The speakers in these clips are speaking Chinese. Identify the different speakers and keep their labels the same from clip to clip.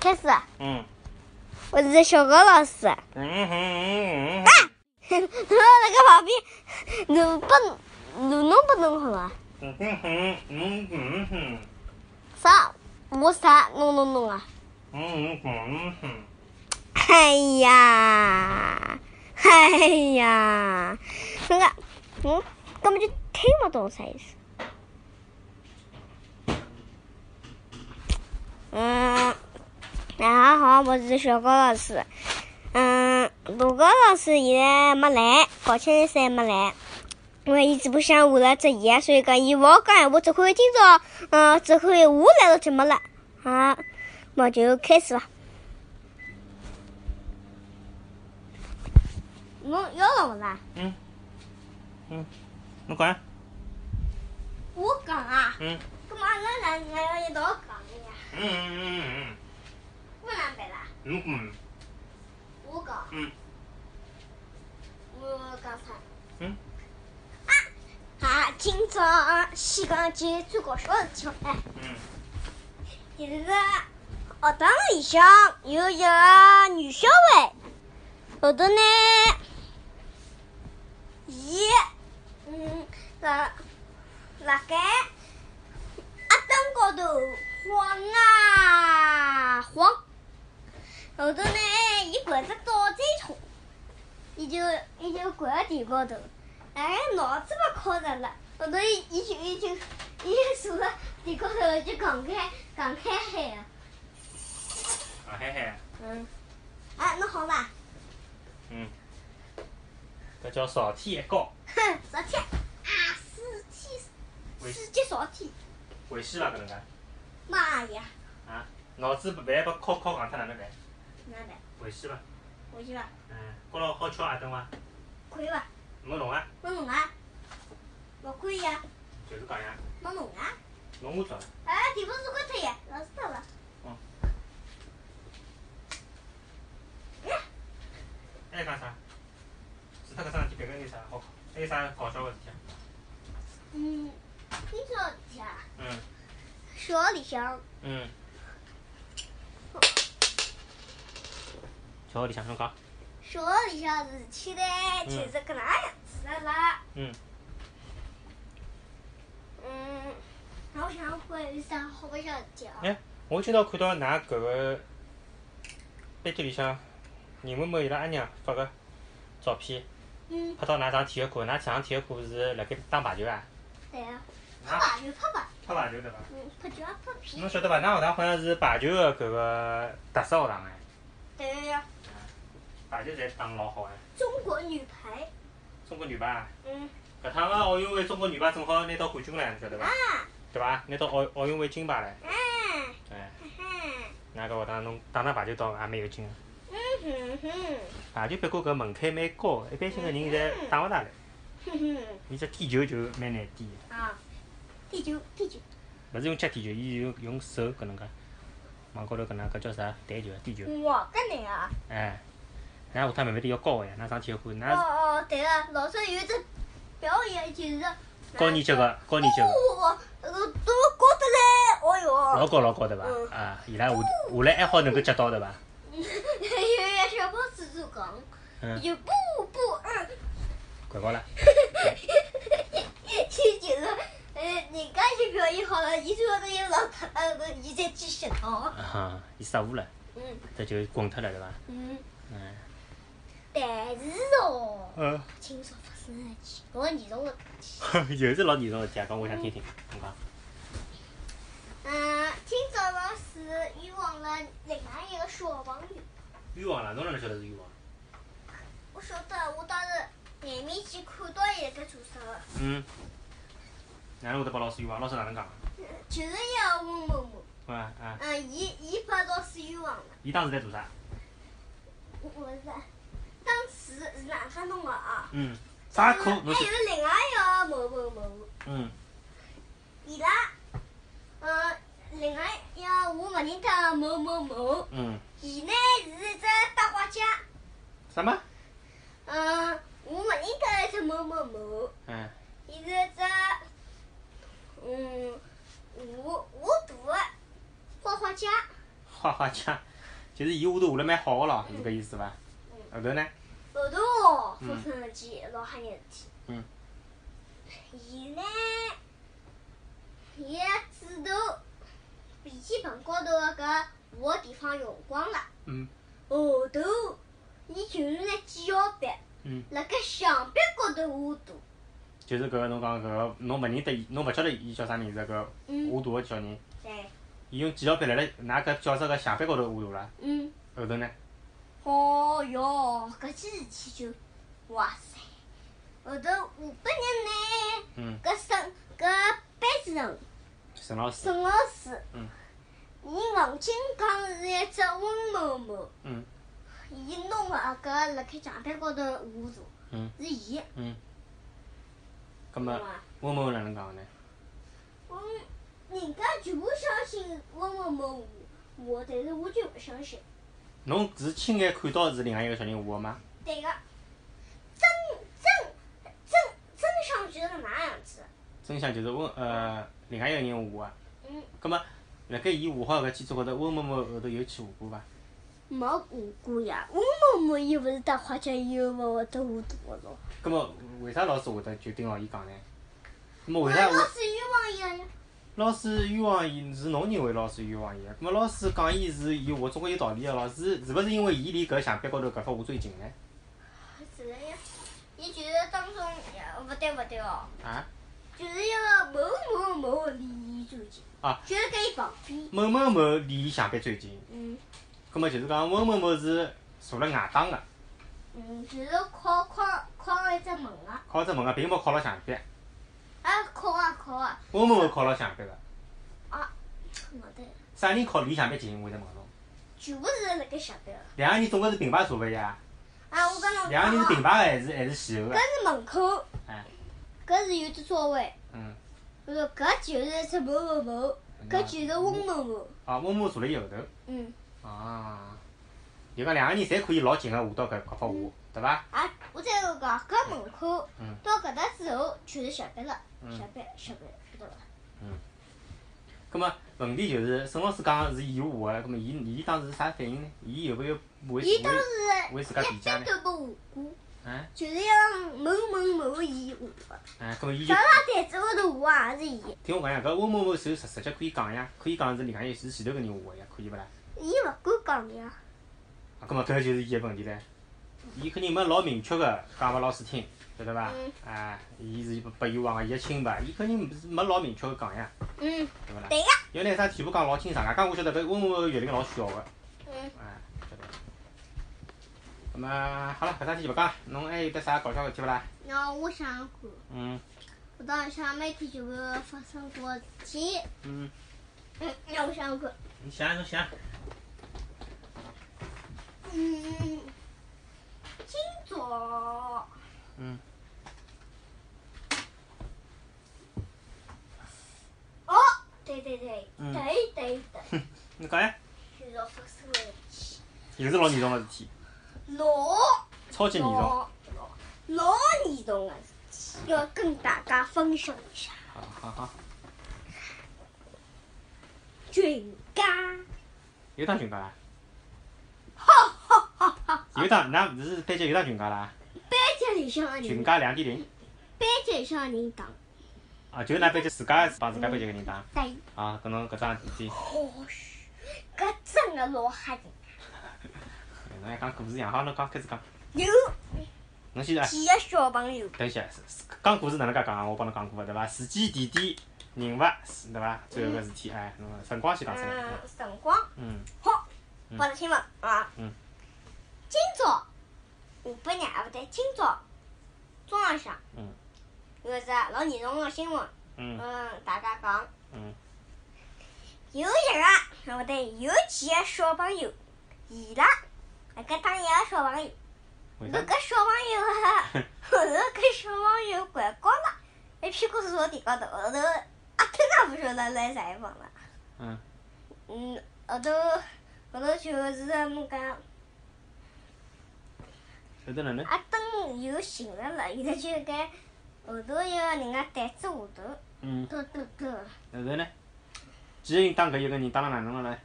Speaker 1: 开始，
Speaker 2: 嗯
Speaker 1: 我是小高老师。 啊！
Speaker 2: 嗯
Speaker 1: 那个旁边， 你不，你能不能好啊？
Speaker 2: 嗯
Speaker 1: 啥？我啥？弄弄弄啊！
Speaker 2: 嗯
Speaker 1: 哎呀，哎呀，那个，嗯，根本就听不懂啥意思。嗯，大家好，我是小高老师。嗯，卢高老师现在没来，国庆赛没来，因为伊只不过想下了职业，所以讲伊勿好讲闲话，只可以今朝，嗯，只可以我来到节目了。啊，那就开始吧。侬要了勿啦？
Speaker 2: 嗯嗯，侬管？
Speaker 1: 我讲啊，
Speaker 2: 嗯
Speaker 1: 干嘛那哪哪要一道讲的呀？
Speaker 2: 嗯嗯
Speaker 1: 不能白啦，
Speaker 2: 嗯嗯
Speaker 1: 我讲，
Speaker 2: 嗯
Speaker 1: 我讲啥？
Speaker 2: 嗯
Speaker 1: 啊，今朝西江街最搞笑的地方，哎，
Speaker 2: 嗯
Speaker 1: 现在学堂里向有一个女小孩，后头呢，伊，嗯，辣辣盖阿凳高头晃啊晃，后头呢，伊掼只倒追桶，伊就伊就掼在地高头，哎，脑子不靠着了，后头伊伊就伊就伊就坐了地高头就戆开戆开海了，
Speaker 2: 啊嘿嘿，
Speaker 1: 嗯，啊，侬好伐？
Speaker 2: 嗯，搿叫朝天一高，
Speaker 1: 哼，昨天啊，四天
Speaker 2: 为
Speaker 1: 四级少天，
Speaker 2: 危险伐搿能介？
Speaker 1: 妈呀，
Speaker 2: 啊，脑子不办，把敲敲戆脱哪能办？
Speaker 1: 哪办？
Speaker 2: 危险伐？
Speaker 1: 回去伐？
Speaker 2: 嗯，高老好敲阿凳伐？
Speaker 1: 可以伐？
Speaker 2: 没弄啊，
Speaker 1: 没弄啊？勿可以啊，
Speaker 2: 就是讲呀，
Speaker 1: 没弄啊？
Speaker 2: 侬我做了。
Speaker 1: 哎，地方是关脱呀，老师到了。
Speaker 2: 还讲啥？除脱搿桩事体，别个有啥好？还有啥搞笑个事体啊？
Speaker 1: 嗯，今朝天
Speaker 2: 嗯
Speaker 1: 小学里向，
Speaker 2: 嗯。小学里向侬讲。
Speaker 1: 小学里向事体呢，就是搿能样子的啦。
Speaker 2: 嗯
Speaker 1: 嗯，我想会有啥好白相事体啊？
Speaker 2: 哎，我今朝看到㑚搿个班级里向任某某伊拉阿娘发个照片，
Speaker 1: 嗯，
Speaker 2: 拍到㑚上体育课，㑚上体育课是辣盖打排球啊？
Speaker 1: 对啊，拍
Speaker 2: 㑚
Speaker 1: 吧，有拍吧，
Speaker 2: 拍排球对伐？
Speaker 1: 嗯，拍球拍皮
Speaker 2: 侬。晓得伐？㑚学堂好像是排球个搿个特色学堂哎，
Speaker 1: 对呀，
Speaker 2: 排球侪打得老好哎。
Speaker 1: 中国女排。
Speaker 2: 中国女排啊，
Speaker 1: 嗯
Speaker 2: 搿趟个奥运会中国女排正好拿到冠军了，侬晓得伐？
Speaker 1: 啊，
Speaker 2: 对伐？拿到奥奥运会金牌了。
Speaker 1: 嗯，
Speaker 2: 哎，
Speaker 1: 哼，
Speaker 2: 㑚搿学堂侬打打排球倒也蛮有劲啊个。
Speaker 1: 嗯哼哼，
Speaker 2: 排球不过搿门槛蛮高的，一般性个人现在打勿大了。
Speaker 1: 哼哼，
Speaker 2: 伊只点球就蛮难点的，
Speaker 1: 啊，第九第九，
Speaker 2: 勿是用脚点球，伊用用手搿能介，网高头搿能介叫啥？弹球啊，点球。
Speaker 1: 哇，搿能啊！
Speaker 2: 哎，㑚下趟慢慢点要高个呀，㑚上体育课，
Speaker 1: 哦
Speaker 2: 㑚
Speaker 1: 哦，对了，老师有一只表演就是
Speaker 2: 高年级个，高年级个，
Speaker 1: 哦，呃，都觉得嘞，哎
Speaker 2: 老
Speaker 1: 哟，
Speaker 2: 高老高对伐？啊，伊拉下下来还好能够接到对伐？
Speaker 1: 有一小朋友就讲，
Speaker 2: 嗯，
Speaker 1: 就步步二，
Speaker 2: 掼高了。
Speaker 1: 伊就是，呃，人家就表演好了，伊就那个老太，呃，伊在继续哦，
Speaker 2: 啊哈，伊失误了，
Speaker 1: 嗯
Speaker 2: 这就滚脱了对伐？
Speaker 1: 嗯，
Speaker 2: 嗯。
Speaker 1: 但是哦。
Speaker 2: 呃，
Speaker 1: 今朝发生了奇怪严重的事体。
Speaker 2: 又是老严重个事体啊！讲我想听听，侬讲。
Speaker 1: 嗯，今朝老师冤枉了另外一个小朋友，
Speaker 2: 冤枉了，侬哪能晓得是冤枉？
Speaker 1: 我晓得，我当时眼面前看到伊在做啥个，
Speaker 2: 嗯。哪能会得帮老师冤枉？老师哪能讲？
Speaker 1: 就是一个温某某，
Speaker 2: 啊啊！
Speaker 1: 嗯，伊伊把老师冤枉了，
Speaker 2: 伊当时在做啥？
Speaker 1: 我不是。当时是哪能介弄个啊？
Speaker 2: 嗯，啥课
Speaker 1: 还
Speaker 2: 侬是？
Speaker 1: 有另外一个某某某，
Speaker 2: 嗯
Speaker 1: 伊拉，呃，另外一个我勿认得的某某某，
Speaker 2: 嗯，
Speaker 1: 伊呢是一只八卦家。
Speaker 2: 什么？
Speaker 1: 嗯，我勿认得一只某某某，
Speaker 2: 嗯
Speaker 1: 伊是一只，嗯，我
Speaker 2: 哈哈讲，就是伊屋头下来蛮好个咯，是搿意思伐？后头呢？
Speaker 1: 后头哦，发生了件老吓人的事
Speaker 2: 嗯
Speaker 1: 体。伊呢，伊个纸头笔记本高头个搿画个地方用光了。哦
Speaker 2: 嗯
Speaker 1: 后头，伊就是拿记号笔
Speaker 2: 嗯，
Speaker 1: 辣盖橡皮高头画图。
Speaker 2: 就是搿个侬讲搿个侬勿认得伊，侬勿晓得伊叫啥名字搿个画
Speaker 1: 嗯，
Speaker 2: 图个小人，
Speaker 1: 对，
Speaker 2: 伊用记号笔辣辣㑚搿教室个墙壁高头画图啦。
Speaker 1: 嗯，
Speaker 2: 后头呢？
Speaker 1: 哦哟，搿件事体就，哇塞！后头下半日呢，
Speaker 2: 嗯，
Speaker 1: 搿沈搿班主任
Speaker 2: 沈老师。
Speaker 1: 沈老师，
Speaker 2: 嗯
Speaker 1: 伊硬劲讲是一只温某某，
Speaker 2: 嗯
Speaker 1: 伊弄个搿辣盖墙壁高头画图，
Speaker 2: 嗯
Speaker 1: 是伊。
Speaker 2: 嗯。葛末
Speaker 1: 哇
Speaker 2: 温某哪能讲呢？
Speaker 1: 嗯，人家全部相信温某某画我，但是我就勿相信。
Speaker 2: 侬是亲眼看到是另外一个小人画个吗？
Speaker 1: 对个，真真真真相就是哪样子？
Speaker 2: 真相就是温呃另外一个人画个。
Speaker 1: 嗯，
Speaker 2: 葛末辣盖伊画好搿建筑高头，温某某后头有去画过伐？
Speaker 1: 没画过呀。温某某伊勿是得花椒，伊又勿会得画图个咯。
Speaker 2: 葛末为啥老师会得就盯牢伊讲呢？葛末为啥
Speaker 1: 老
Speaker 2: 我
Speaker 1: 师冤枉伊了呀？
Speaker 2: 老师冤枉伊是侬认为老师冤枉伊个？葛末老师讲伊是伊画总归有道理个咯，是是勿是因为伊离搿墙壁高头搿幅画最近呢？
Speaker 1: 是的呀，伊就是当中勿对勿对哦，
Speaker 2: 啊？
Speaker 1: 就是一个某某某离伊最近，
Speaker 2: 啊
Speaker 1: 就是跟伊旁边。
Speaker 2: 某某某离伊墙壁最近，
Speaker 1: 嗯
Speaker 2: 葛末就是讲温某某是坐辣外档个，
Speaker 1: 嗯，就是靠靠靠一只门啊，
Speaker 2: 靠只门个，并没靠牢墙壁。
Speaker 1: 啊靠啊靠啊，
Speaker 2: 温某某靠牢墙壁个，
Speaker 1: 我的
Speaker 2: 啥人靠离墙壁近？我再问侬。
Speaker 1: 全部是辣盖下边。
Speaker 2: 两个人总归是平排座位呀，
Speaker 1: 啊，我跟侬
Speaker 2: 两个人
Speaker 1: 讲
Speaker 2: 是平
Speaker 1: 啊，
Speaker 2: 排个还是还是前后
Speaker 1: 搿
Speaker 2: 个？
Speaker 1: 是门口，
Speaker 2: 哎，
Speaker 1: 搿是有只座位。
Speaker 2: 嗯。
Speaker 1: 我说搿就是只某某某，搿就是翁某某。
Speaker 2: 啊，温某坐辣伊后头。
Speaker 1: 嗯，
Speaker 2: 啊，就讲两个人侪可以老近个画到搿搿幅画，对伐？
Speaker 1: 啊，我再跟侬讲，搿门口
Speaker 2: 嗯
Speaker 1: 到搿搭之后就是下班了，
Speaker 2: 嗯
Speaker 1: 下班下班，晓得伐？
Speaker 2: 葛末问题就是，沈老师讲是伊画个，葛末伊伊当时啥反应呢？伊有没有为
Speaker 1: 伊当
Speaker 2: 为
Speaker 1: 时
Speaker 2: 为自家
Speaker 1: 一
Speaker 2: 辩解
Speaker 1: 点
Speaker 2: 呢？
Speaker 1: 都没画过，
Speaker 2: 哎
Speaker 1: 就是一个某某某伊画的，
Speaker 2: 哎，葛末伊就
Speaker 1: 上上台子高头画也是伊，
Speaker 2: 听我讲呀，搿温某某是实实际可以讲呀，可以讲是另外一是前头个人画个呀，可以勿啦？
Speaker 1: 伊勿敢讲呀。
Speaker 2: 啊，葛末搿就是伊个问题唻。伊肯定没老明确个讲拨老师听，晓得伐
Speaker 1: 嗯？
Speaker 2: 啊，伊是拨伊忘个，伊个清白，伊肯定是没老明确个讲呀，
Speaker 1: 嗯，
Speaker 2: 对勿啦？
Speaker 1: 对个。
Speaker 2: 要拿啥全部讲老清爽，外加我晓得搿温某某个阅历老小个。
Speaker 1: 嗯，
Speaker 2: 哎，晓得。那么好了，搿桩事体勿讲了，侬还有得啥搞笑事体勿啦？
Speaker 1: 那我想想看。
Speaker 2: 嗯
Speaker 1: 我当时想每天就会发生过事体。
Speaker 2: 嗯，
Speaker 1: 嗯，让我想想看。
Speaker 2: 你想啊侬想，
Speaker 1: 嗯，今早
Speaker 2: 嗯
Speaker 1: 哦，对对对，
Speaker 2: 嗯
Speaker 1: 对对对，
Speaker 2: 侬讲呀，
Speaker 1: 就是要发生了事
Speaker 2: 又是老严重个事体，
Speaker 1: 体，老
Speaker 2: 超级严重。好
Speaker 1: 老老严重的事体，要跟大家分享一下。
Speaker 2: 啊好好，
Speaker 1: 全家，
Speaker 2: 又当群架啦，
Speaker 1: 哈哈哈哈！
Speaker 2: 又当㑚勿是班级又当群架啦，
Speaker 1: 班级里向的
Speaker 2: 群
Speaker 1: 人，班
Speaker 2: 架两点零
Speaker 1: 级里向的人打，
Speaker 2: 啊，就是㑚班级自家帮自家班级个人打
Speaker 1: 对，
Speaker 2: 啊，搿侬搿桩事体，
Speaker 1: 哦嘘，搿真的老吓人。
Speaker 2: 哎侬还讲故事一样，好，侬讲开始讲，
Speaker 1: 有
Speaker 2: 侬先哎，
Speaker 1: 几个小朋友，
Speaker 2: 等一下，是是讲故事哪能介讲啊？我帮侬讲过个对伐？时间、地点、人物，是对伐？最后个事体哎，侬辰光先讲出来
Speaker 1: 嗯，，辰光。
Speaker 2: 嗯
Speaker 1: 好，
Speaker 2: 嗯
Speaker 1: 我来听问啊。
Speaker 2: 嗯。
Speaker 1: 今朝下半日啊，不对，今朝中浪向
Speaker 2: 嗯
Speaker 1: 有一只老严重个新闻，
Speaker 2: 嗯。
Speaker 1: 嗯，大家讲
Speaker 2: 嗯
Speaker 1: 有一个啊，不对，有几个小朋友，伊拉辣盖打一个小朋友，，
Speaker 2: 为啥
Speaker 1: 那？个小朋友啊，后头搿小朋友拐光了，一屁股坐地高头，后头阿特也勿晓得来啥地方了。
Speaker 2: 嗯
Speaker 1: 嗯，后头后头就是啊那个。
Speaker 2: 后头哪能？
Speaker 1: 阿灯又醒了了，现在就该后头一个人家台子下头，
Speaker 2: 嗯，
Speaker 1: 嘟嘟嘟，
Speaker 2: 后头呢？几个人打搿一个人打了哪能了呢？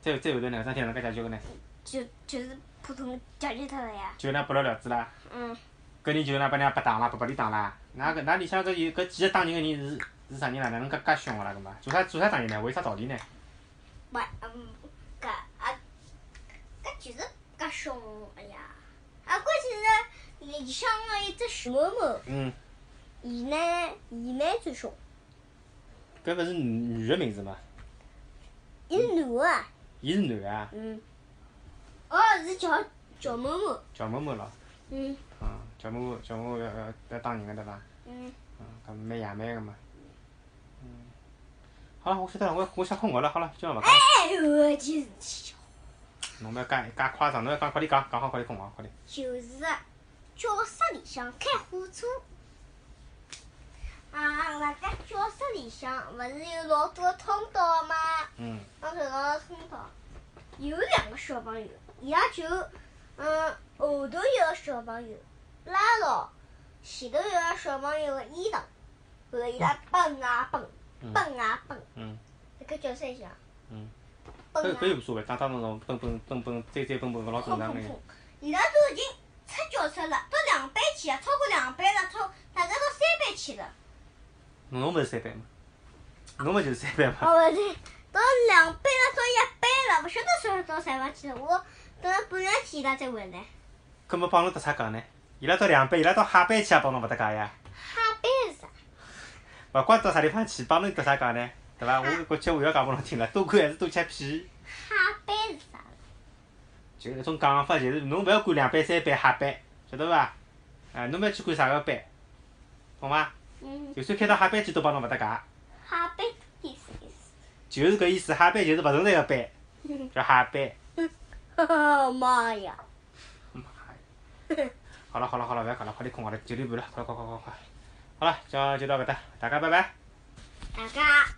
Speaker 2: 再再后头两三天，人家解决个呢，
Speaker 1: 就就是普通解决脱了呀。
Speaker 2: 就那不了了之啦。
Speaker 1: 嗯，
Speaker 2: 搿人就那把人家白打啦，白白里打啦。那搿那里向搿有搿几个打人个人是是啥人啦？哪能介介凶个啦？搿嘛，做啥做啥打人呢？为啥道理呢？
Speaker 1: 勿嗯，搿啊，搿就是搿凶哎呀！啊，关键是里向个一只徐某某，
Speaker 2: 嗯，
Speaker 1: 伊呢，伊呢最凶，
Speaker 2: 搿勿是女女个名字嘛？
Speaker 1: 伊是男个啊。
Speaker 2: 伊是男个啊，
Speaker 1: 嗯。哦，是乔乔某某。
Speaker 2: 乔某某咯，
Speaker 1: 嗯
Speaker 2: 嗯，乔某某乔某某要要要打人个对伐？
Speaker 1: 嗯。
Speaker 2: 嗯，搿蛮野蛮个嘛。嗯，好了，我晓得了，我我想困觉了，好了，今朝勿讲了。
Speaker 1: 哎呦，就是
Speaker 2: 侬勿要介介夸张，侬要讲快点讲，讲好快点困觉，快点。
Speaker 1: 就是教室里向开火车。啊，辣盖教室里向勿是有老多个通道吗？
Speaker 2: 嗯，
Speaker 1: 我看到通道，有两个小朋友，伊拉就嗯后头一个小朋友拉牢前头一个小朋友个衣裳，后头伊拉蹦啊蹦，
Speaker 2: 嗯
Speaker 1: 蹦啊蹦，
Speaker 2: 嗯，
Speaker 1: 辣盖教室里向
Speaker 2: 嗯，
Speaker 1: 蹦
Speaker 2: 搿
Speaker 1: 啊
Speaker 2: 搿又无所谓，打打闹闹，蹦蹦蹦蹦，追追蹦蹦，搿老正
Speaker 1: 砰
Speaker 2: 常
Speaker 1: 砰
Speaker 2: 个呀
Speaker 1: 砰。，伊拉都已经出教室了，到两班去了，超过两班了，超大概到三班去了。
Speaker 2: 侬勿是三班嘛？侬勿就是三班嘛？
Speaker 1: 哦，勿对，到两班了，到一班了，勿晓得啥时候到啥班去了。我等了半天伊拉才回来。
Speaker 2: 搿么帮侬搭啥讲呢？伊拉到两班，伊拉到哈班去也帮侬勿搭界呀？
Speaker 1: 哈班是啥？
Speaker 2: 勿管到啥地方去，帮侬搭啥讲呢？对伐？我是国节我要讲拨侬听了，多看还是多吃屁？
Speaker 1: 哈班是啥？
Speaker 2: 就搿种讲法，就是侬勿要管两班、三班、哈班，晓得伐？啊，侬勿要去管啥个班，懂伐？
Speaker 1: 嗯，
Speaker 2: 就算开到哈班去，都帮侬勿搭界。
Speaker 1: 哈班意思意思。
Speaker 2: 就是搿意思，哈班就是勿存在个班， 叫哈班。
Speaker 1: 哈哈妈呀！
Speaker 2: 妈呀！好了好了好了，勿要讲了，快点困觉了，九点半了，快快快快快！好了，今朝就到搿搭，大家拜拜。
Speaker 1: 大家